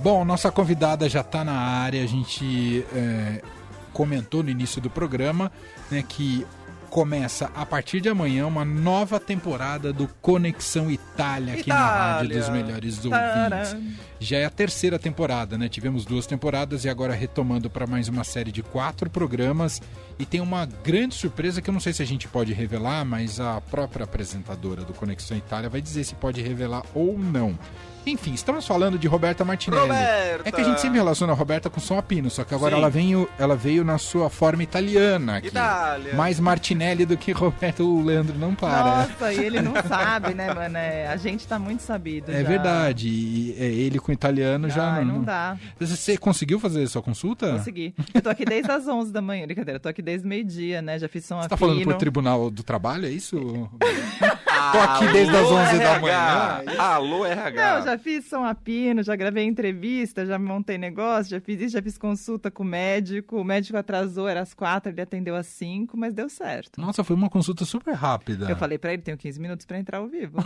Bom, nossa convidada já está na área, a gente é, comentou no início do programa né, que começa a partir de amanhã uma nova temporada do Conexão Itália aqui É na Rádio dos Melhores Ouvintes. Já é a terceira temporada, né? Tivemos duas temporadas e agora retomando para mais uma série de quatro programas. E tem uma grande surpresa que eu não sei se a gente pode revelar, mas a própria apresentadora do Conexão Itália vai dizer se pode revelar ou não. Enfim, estamos falando de Roberta Martinelli. Roberta! É que a gente sempre relaciona a Roberta com som a pino, só que agora Sim. ela veio, ela veio na sua forma italiana aqui. né? Itália. Mais Martinelli do que Roberto o Leandro não para. Nossa, e ele não sabe, né, mano? É, a gente tá muito sabido. É já. verdade. E é, ele com italiano já Ai, não. não dá. Você conseguiu fazer sua consulta? Consegui. Eu tô aqui desde as 11 da manhã, brincadeira. Eu tô aqui desde meio-dia, né? Já fiz som Você tá falando pro afino. Tribunal do Trabalho, é isso? Tô aqui desde as 11 da manhã. Alô, RH. Não, já fiz som a pino, já gravei entrevista, já montei negócio, já fiz isso, já fiz consulta com o médico. O médico atrasou, era às quatro, ele atendeu às cinco, mas deu certo. Nossa, foi uma consulta super rápida. Eu falei pra ele, tenho 15 minutos pra entrar ao vivo.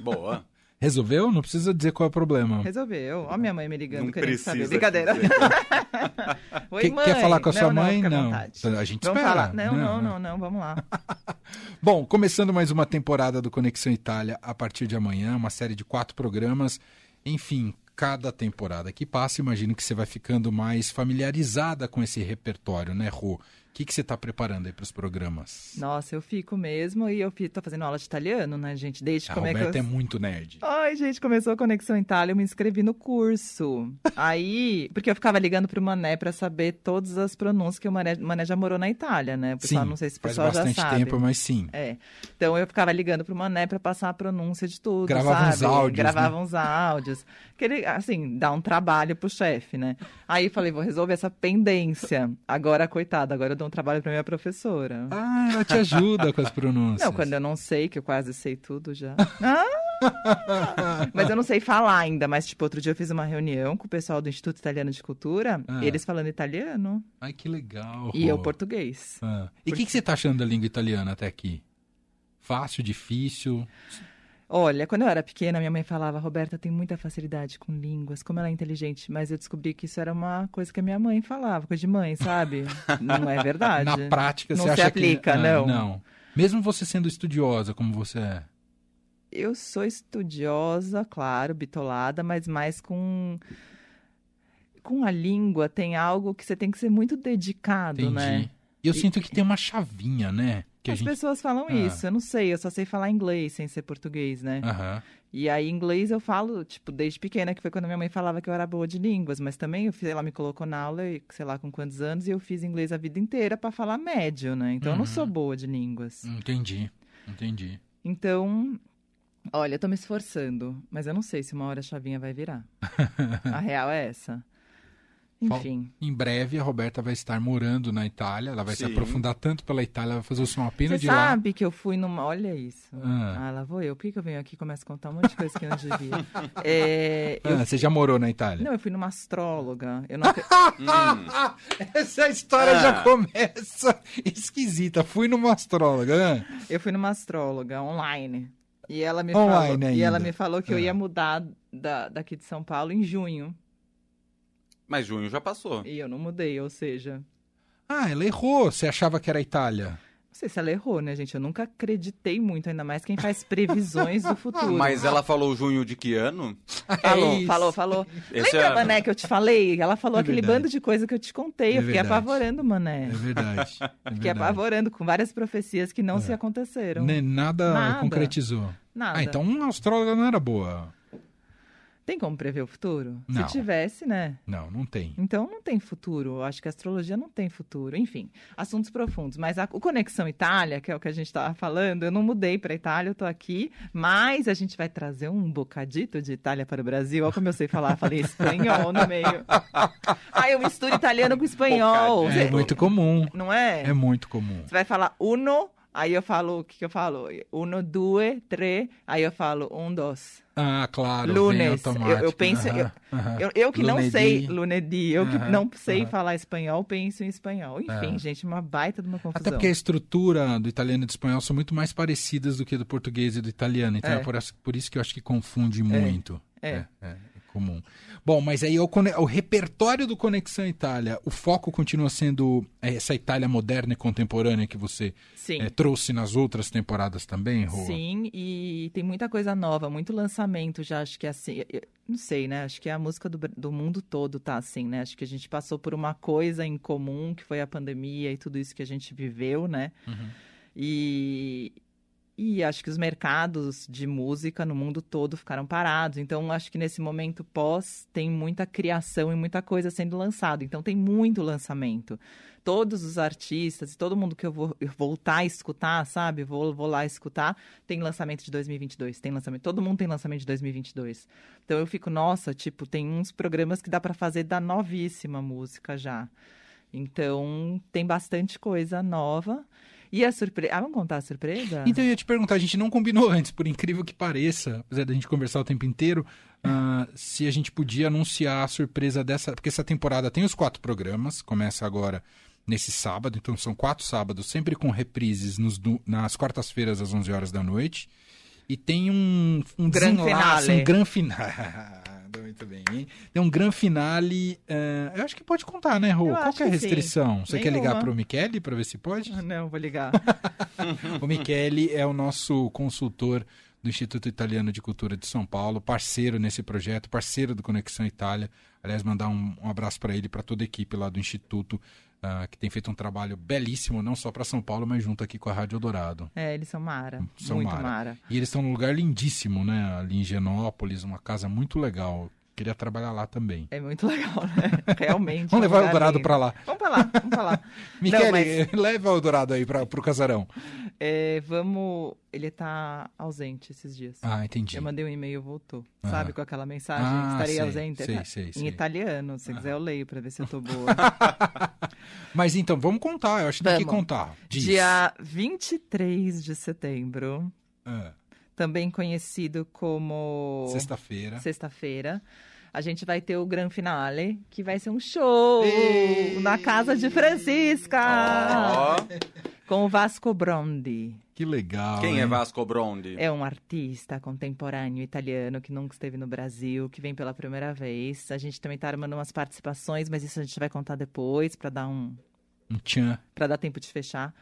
Boa. Resolveu? Não precisa dizer qual é o problema. Resolveu. Ó minha mãe me ligando, Não querendo saber. precisa Brincadeira. dizer. Oi, Que- mãe. Quer falar com a Não, sua não, mãe? fica à Não. vontade. A gente Vamos espera. falar. Não, não, não, não, vamos lá. Bom, começando mais uma temporada do Conexão Itália a partir de amanhã, uma série de quatro programas. Enfim, cada temporada que passa, imagino que você vai ficando mais familiarizada com esse repertório, né, Rô? O que, que você está preparando aí para os programas? Nossa, eu fico mesmo e eu fi- tô fazendo aula de italiano, né, gente? Desde A como é que eu... Roberta é muito nerd. Ai, gente, começou a Conexão Itália, eu me inscrevi no curso. Aí, porque eu ficava ligando pro Mané pra saber todas as pronúncias que o Mané, Mané já morou na Itália, né? O pessoal, não sei se o faz pessoal bastante já sabe. tempo, mas sim. É. Então eu ficava ligando pro Mané pra passar a pronúncia de tudo, Gravava uns sabe? áudios, né? Gravava uns áudios. Que ele, assim, dá um trabalho pro chefe, né? Aí eu falei, vou resolver essa pendência. Agora, coitada, agora eu dou um trabalho pra minha professora. Ah, ela te ajuda com as pronúncias. Não, quando eu não sei, que eu quase sei tudo já. Ah! Mas eu não sei falar ainda, mas tipo, outro dia eu fiz uma reunião com o pessoal do Instituto Italiano de Cultura, Ah. eles falando italiano Ai, que legal. e eu Rô. português. Ah. E o que, que você está achando da língua italiana até aqui? Fácil, difícil? Olha, quando eu era pequena, minha mãe falava, Roberta tem muita facilidade com línguas, como ela é inteligente. Mas eu descobri que isso era uma coisa que a minha mãe falava, coisa de mãe, sabe? não é verdade. Na prática, Não você se acha que- aplica, Ah, não. Não. Mesmo você sendo estudiosa como você é. Eu sou estudiosa, claro, bitolada, mas mais com com a língua tem algo que você tem que ser muito dedicado, Entendi. né? E eu E- sinto que tem uma chavinha, né? Que As a gente. pessoas falam Ah. isso, eu não sei, eu só sei falar inglês sem ser português, né? Aham. E aí inglês eu falo, tipo, desde pequena, que foi quando minha mãe falava que eu era boa de línguas, mas também eu fiz, ela me colocou na aula, e, sei lá com quantos anos, e eu fiz inglês a vida inteira pra falar médio, né? Então eu não Uhum. sou boa de línguas. Entendi. Entendi. Então, olha, eu tô me esforçando, mas eu não sei se uma hora a chavinha vai virar. a real é essa. Fal- Enfim. Em breve a Roberta vai estar morando na Itália. Ela vai se Sim. aprofundar tanto pela Itália, vai fazer o som apino Você de sabe que eu fui numa. Olha isso. lá. Ah. Ah, lá vou eu. Por que, que eu venho aqui e começo a contar um monte de coisa que eu não devia? É, eu- Ah, você já morou na Itália? Não, eu fui numa astróloga. Eu não acre- Hum. Ah, Essa história Ah. já começa esquisita. Fui numa astróloga. ah. Eu fui numa astróloga online. E ela me Online falou, ainda. e ela me falou que eu Ah. ia mudar da, daqui de São Paulo em junho. Mas junho já passou. E eu não mudei, ou seja, não Ah, ela errou. Você achava que era a Itália. sei se ela errou, né, gente? Eu nunca acreditei muito, ainda mais quem faz previsões do futuro. Mas ela falou junho de que ano? falou, É isso. falou, falou. Esse Lembra, ano. Mané, que eu te falei? Ela falou É aquele verdade. bando de coisa que eu te contei. É eu fiquei verdade. apavorando, Mané. É verdade. É Fiquei verdade. É. apavorando com várias profecias que não se aconteceram. Nem nada, Nada. concretizou. Nada. Ah, então uma astróloga não era boa. Tem como prever o futuro? Não. Se tivesse, né? Não, não tem. Então não tem futuro. Eu acho que a astrologia não tem futuro. Enfim, assuntos profundos. Mas a, o Conexão Itália, que é o que a gente estava falando, eu não mudei para Itália, eu tô aqui. Mas a gente vai trazer um bocadito de Itália para o Brasil. Olha como eu sei falar, falei espanhol no meio. Ah, eu misturo italiano com espanhol. Bocadito. É Cê- muito comum. não é? É muito comum. Você vai falar uno, aí eu falo, o que, que eu falo? Uno, due, tre, aí eu falo um, dos. Ah, claro. Vem Lunes. Eu, automático. eu penso, eu, Aham, aham. eu, eu que não Lunedì. sei lunedi, eu que Aham, não sei aham. falar espanhol, penso em espanhol. Enfim, É. gente, uma baita de uma confusão. Até porque a estrutura do italiano e do espanhol são muito mais parecidas do que do português e do italiano. Então é, É. por, as- por isso que eu acho que confunde muito. É. é. comum. Bom, mas aí é o, cone- o repertório do Conexão Itália, o foco continua sendo é, essa Itália moderna e contemporânea que você Sim. eh, trouxe nas outras temporadas também, Rua? Sim, e tem muita coisa nova, muito lançamento já, acho que assim, eu- não sei, né? Acho que a música do, Bra- do mundo todo tá assim, né? Acho que a gente passou por uma coisa em comum, que foi a pandemia e tudo isso que a gente viveu, né? Uhum. E, e acho que os mercados de música no mundo todo ficaram parados. Então, acho que nesse momento pós tem muita criação e muita coisa sendo lançada. Então, tem muito lançamento. Todos os artistas e todo mundo que eu vou eu voltar a escutar, sabe? Vou, vou lá escutar. Tem lançamento de 2022, tem lançamento. Todo mundo tem lançamento de 2022. Então, eu fico, nossa, tipo, tem uns programas que dá pra fazer da novíssima música já. Então, tem bastante coisa nova. E a surpresa. Ah, vamos contar a surpresa? Então eu ia te perguntar, a gente não combinou antes, por incrível que pareça, apesar da gente conversar o tempo inteiro, ah, se a gente podia anunciar a surpresa dessa. Porque essa temporada tem os quatro programas, começa agora nesse sábado, então são quatro sábados, sempre com reprises nos du- nas quartas-feiras às 11 horas da noite. E tem um, um Gran desenlace, finale. um gran finale. Muito bem, hein? Tem um gran finale. ah, eu acho que pode contar, né, Rô? Eu Qual acho que é a que sim. restrição? Você quer ligar Nenhuma. pro Michele para ver se pode? Ah, Não, vou ligar. O Michele é o nosso consultor do Instituto Italiano de Cultura de São Paulo, parceiro nesse projeto, parceiro do Conexão Itália. Aliás, mandar um, um abraço para ele, e para toda a equipe lá do Instituto, ah, que tem feito um trabalho belíssimo, não só para São Paulo, mas junto aqui com a Rádio Dourado. É, eles são Mara. São muito Mara. Mara. E eles estão num lugar lindíssimo, né? Ali em Genópolis, uma casa muito legal. Queria trabalhar lá também. É muito legal, né? Realmente. Vamos é um levar o lugar Dourado lindo. para lá. Vamos pra lá, vamos pra lá. Michele, mas- leva o Dourado aí para o casarão. É, vamos. Ele tá ausente esses dias. Ah, entendi. Eu mandei um e-mail, voltou. Aham. Sabe, com aquela mensagem, Ah, estarei sei, ausente. Tá, sei, sei, em sei. italiano, se quiser eu leio pra ver se eu tô boa. Mas então, vamos contar. Eu acho que tem que Vamos. contar. Diz. Dia 23 de setembro, Ah. também conhecido como... Sexta-feira. sexta-feira. A gente vai ter o Gran Finale, que vai ser um show Ei! na casa de Francisca, Ó, com o Vasco Brondi. Que legal. quem é hein? Vasco Brondi? É um artista contemporâneo italiano que nunca esteve no Brasil, que vem pela primeira vez. A gente também tá armando umas participações, mas isso a gente vai contar depois para dar um Um tchan. para dar tempo de fechar.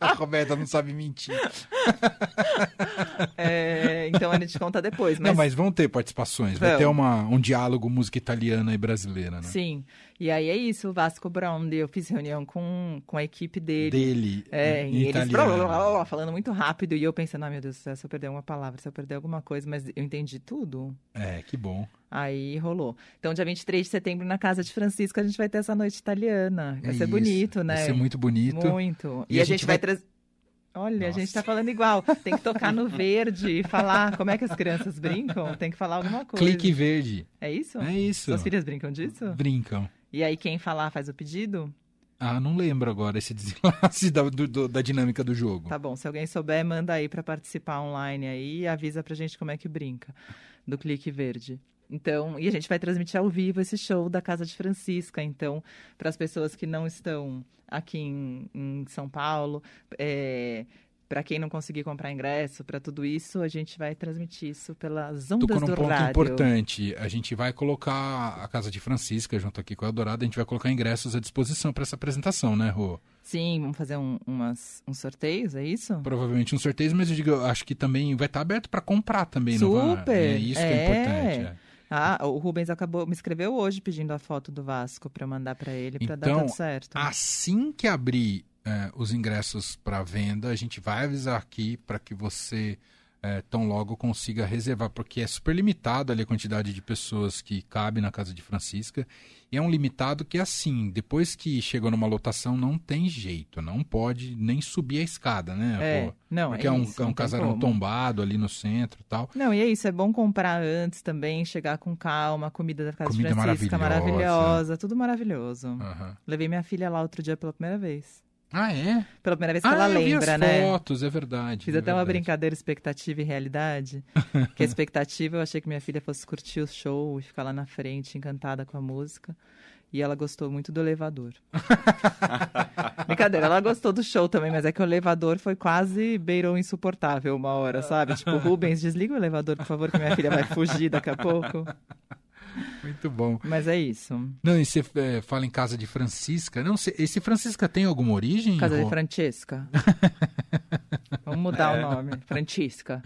A Roberta não sabe mentir. É, então a gente conta depois, Não, mas vão ter participações. Vai Vão. ter uma, um diálogo música italiana e brasileira, né? Sim. E aí é isso, o Vasco Brondi, eu fiz reunião com, com a equipe dele. Dele. né? É, em e eles blá, blá, italiano. blá, blá, blá, falando muito rápido e eu pensando, ai meu Deus do céu, se eu perder uma palavra, se eu perder alguma coisa, mas eu entendi tudo. É, que bom. Aí rolou. Então, dia 23 de setembro, na casa de Francisco, a gente vai ter essa noite italiana. Vai É ser isso. bonito, né? Vai ser muito bonito. Muito. E, a gente, vai. traz- Olha, Nossa. a gente tá falando igual. Tem que tocar no verde e falar como é que as crianças brincam. Tem que falar alguma coisa. Clique verde. É isso? É isso. Suas filhas brincam disso? Brincam. E aí, quem falar faz o pedido? Ah, não lembro agora esse desenlace da, do- do- da dinâmica do jogo. Tá bom, se alguém souber, manda aí pra participar online aí e avisa pra gente como é que brinca do clique verde. Então, e a gente vai transmitir ao vivo esse show da Casa de Francisca. Então, para as pessoas que não estão aqui em, em São Paulo, para quem não conseguir comprar ingresso, para tudo isso, a gente vai transmitir isso pelas ondas Tocou do num ponto rádio. importante. A gente vai colocar a Casa de Francisca, junto aqui com a Dourada, a gente vai colocar ingressos à disposição para essa apresentação, né, Rô? Sim, vamos fazer um, umas, uns sorteios, é isso? Provavelmente um sorteio, mas eu digo, eu acho que também vai estar aberto para comprar também, não vai? Super! É isso que é É. importante. é. Ah, o Rubens acabou, me escreveu hoje pedindo a foto do Vasco para mandar para ele, para dar Então, tudo certo. Assim que abrir é, os ingressos para venda, a gente vai avisar aqui para que você é, tão logo consiga reservar, porque é super limitado ali a quantidade de pessoas que cabe na casa de Francisca. E é um limitado que, assim, depois que chegou numa lotação, não tem jeito, não pode nem subir a escada, né? É, pô? não, Porque é, é um, isso, é um não tem casarão como. tombado ali no centro e tal. Não, e é isso, é bom comprar antes também, chegar com calma, a comida da casa Comida de Francisca maravilhosa. maravilhosa, tudo maravilhoso. Aham. Levei minha filha lá outro dia pela primeira vez. Ah, é? Pela primeira vez que Ah, ela eu vi lembra, as né? fotos, é verdade. Fiz é até uma verdade. brincadeira expectativa e realidade. que a expectativa eu achei que minha filha fosse curtir o show e ficar lá na frente, encantada com a música. E ela gostou muito do elevador. Brincadeira, ela gostou do show também, mas é que o elevador foi quase beirou insuportável uma hora, sabe? Tipo, Rubens, desliga o elevador, por favor, que minha filha vai fugir daqui a pouco. Muito bom. Mas é isso. Não, e você é, fala em casa de Francisca. Não, sei- esse Francisca tem alguma origem? Casa de Rô? Francesca. Vamos mudar o nome. Francisca.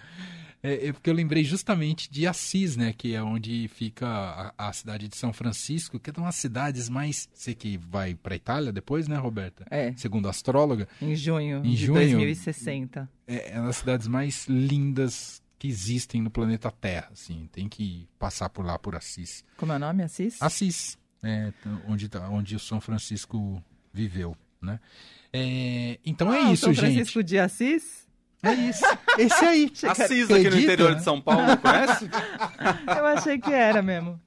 É, é porque eu lembrei justamente de Assis, né? Que é onde fica a, a cidade de São Francisco, que é uma das cidades mais. Você que vai pra Itália depois, né, Roberta? É, Segundo a astróloga, em junho Em de junho? 2060. é, é uma das cidades mais lindas que existem no planeta Terra. Assim, tem que passar por lá, por Assis. Como é o nome, Assis? Assis, é, t- onde, tá- onde o São Francisco viveu, né? É, então é Ah, o isso, São gente. Francisco de Assis? É isso. Esse aí. Assis aqui no Acredita? interior de São Paulo, conhece? Eu achei que era mesmo.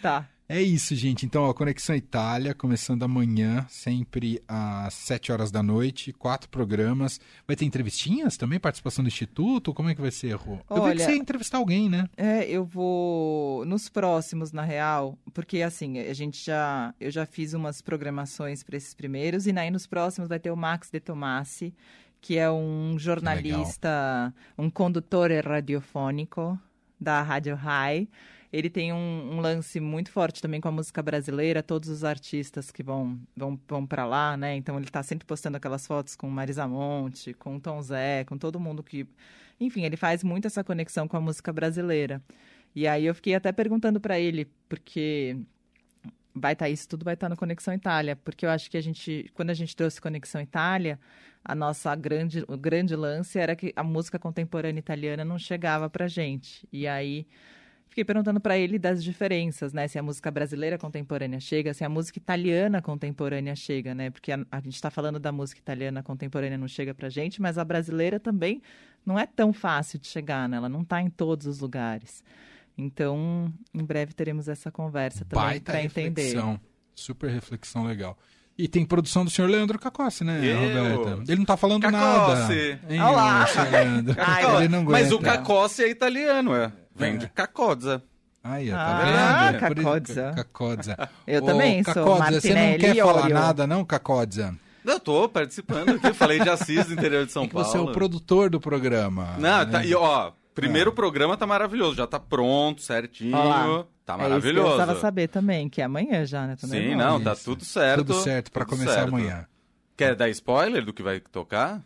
Tá. É isso, gente. Então, ó, Conexão Itália, começando amanhã, sempre às 7 horas da noite, quatro programas. Vai ter entrevistinhas também, participação do Instituto? Como é que vai ser, Rô? Eu vi que Olha- você ia entrevistar alguém, né? É, eu vou nos próximos, na real, porque assim, a gente já, eu já fiz umas programações para esses primeiros e aí nos próximos vai ter o Max de Tomassi, que é um jornalista, um condutor radiofônico da Rádio High. Ele tem um, um lance muito forte também com a música brasileira, todos os artistas que vão vão, vão para lá, né? Então ele tá sempre postando aquelas fotos com Marisa Monte, com Tom Zé, com todo mundo que enfim, ele faz muito essa conexão com a música brasileira. E aí eu fiquei até perguntando pra ele, porque vai estar isso tudo vai estar no Conexão Itália, porque eu acho que a gente, quando a gente trouxe Conexão Itália, a nossa grande o grande lance era que a música contemporânea italiana não chegava pra gente. E aí Fiquei perguntando pra ele das diferenças, né? Se a música brasileira contemporânea chega, se a música italiana contemporânea chega, né? Porque a, a gente tá falando da música italiana contemporânea não chega pra gente, mas a brasileira também não é tão fácil de chegar, né? Ela não tá em todos os lugares. Então, em breve teremos essa conversa também Baita para entender. reflexão. Super reflexão legal. E tem produção do senhor Leandro Cacossi, né, Eu. Roberta? Ele não tá falando Cacossi. nada. Hein, Olá. o senhor Leandro? Ai, Ele não aguenta. Mas o Cacossi é italiano, é. Vem de Cacodza. Aí, ó, Ah, tá vendo? É por isso- Cacodza. Cacodza. Eu Ô, também sou Cacodza, você não Martinelli quer falar Iorio. nada, não, Cacodza? Eu tô participando aqui, falei de Assis no interior de São que Paulo. você é o produtor do programa. Não, né? tá, e ó, primeiro É. programa tá maravilhoso, já tá pronto, certinho. Ó Tá lá. É isso que eu maravilhoso. precisava saber também, que é amanhã já, né? Tô Sim, nervosa. não, tá Isso. tudo certo. Tudo certo pra tudo começar certo. amanhã. Quer dar spoiler do que vai tocar?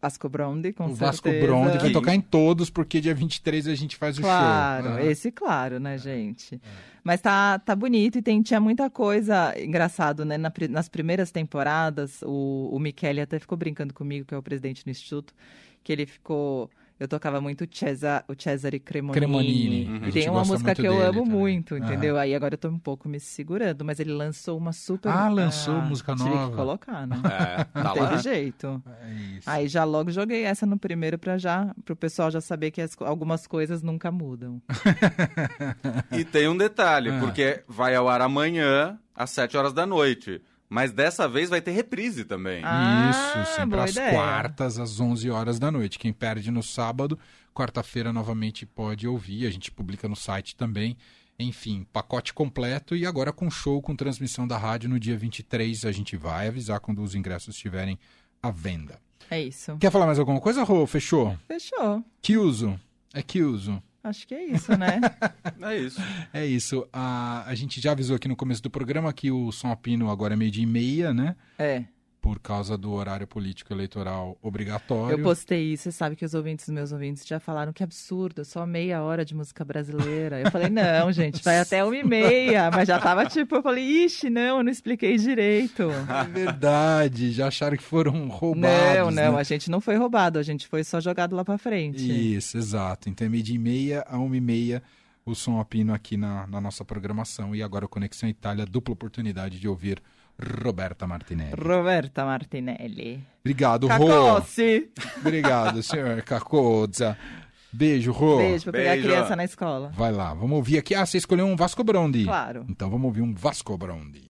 Vasco Brondi, com o Vasco certeza. Bronze vai Que- tocar em todos, porque dia 23 a gente faz o Claro, show. Ah, esse claro, né, gente? É. Mas tá, tá bonito e tem, tinha muita coisa engraçado, né? Na pri- nas primeiras temporadas, o, o Michele até ficou brincando comigo, que é o presidente do Instituto, que ele ficou. Eu tocava muito o Cesa- é o Cesare Cremonini. Cremonini. Uhum. A E gente tem uma gosta música muito que eu dele amo também. É. Ah, muito, Aham. entendeu? Aí agora eu tô um pouco me segurando, mas ele lançou uma super. Ah, lançou música Tive nova. que colocar, né? É, tá Não teve lá. jeito. É isso. Aí já logo joguei essa no primeiro para já, pro pessoal já saber que as co- algumas coisas nunca mudam. E tem um detalhe, Ah. porque vai ao ar amanhã, às 7 horas da noite. Mas dessa vez vai ter reprise também. Ah. isso, sempre boa às ideia. quartas, às 11 horas da noite. Quem perde no sábado, quarta-feira novamente pode ouvir. A gente publica no site também. Enfim, pacote completo e agora com show, com transmissão da rádio no dia 23. A gente vai avisar quando os ingressos estiverem à venda. É isso. Quer falar mais alguma coisa, Rô? Fechou? Fechou. Que uso? É que uso. Acho que é isso, né? É isso. É isso. A, a gente já avisou aqui no começo do programa que o Som Apino agora é meio dia e meia, né? é. Por causa do horário político eleitoral obrigatório. Eu postei isso, você sabe que os ouvintes, meus ouvintes, já falaram que absurdo, só meia hora de música brasileira. Eu falei, não, gente, vai até uma e meia. Mas já tava tipo, eu falei, ixi, não, eu não expliquei direito. É verdade, já acharam que foram não, roubados. não, né? a gente não foi roubado, a gente foi só jogado lá pra frente. Isso, exato. Então é meio dia e meia a uma e meia o Som Apino aqui na, na nossa programação. E agora o Conexão Itália, dupla oportunidade de ouvir Roberta Martinelli. Roberta Martinelli. Obrigado, Rô. Cacossi! Obrigado, senhor Cacozza. Beijo, Rô. Beijo pra pegar Beijo. a criança na escola. Vai lá, vamos ouvir aqui. Ah, você escolheu um Vasco Brondi. Claro. Então vamos ouvir um Vasco Brondi.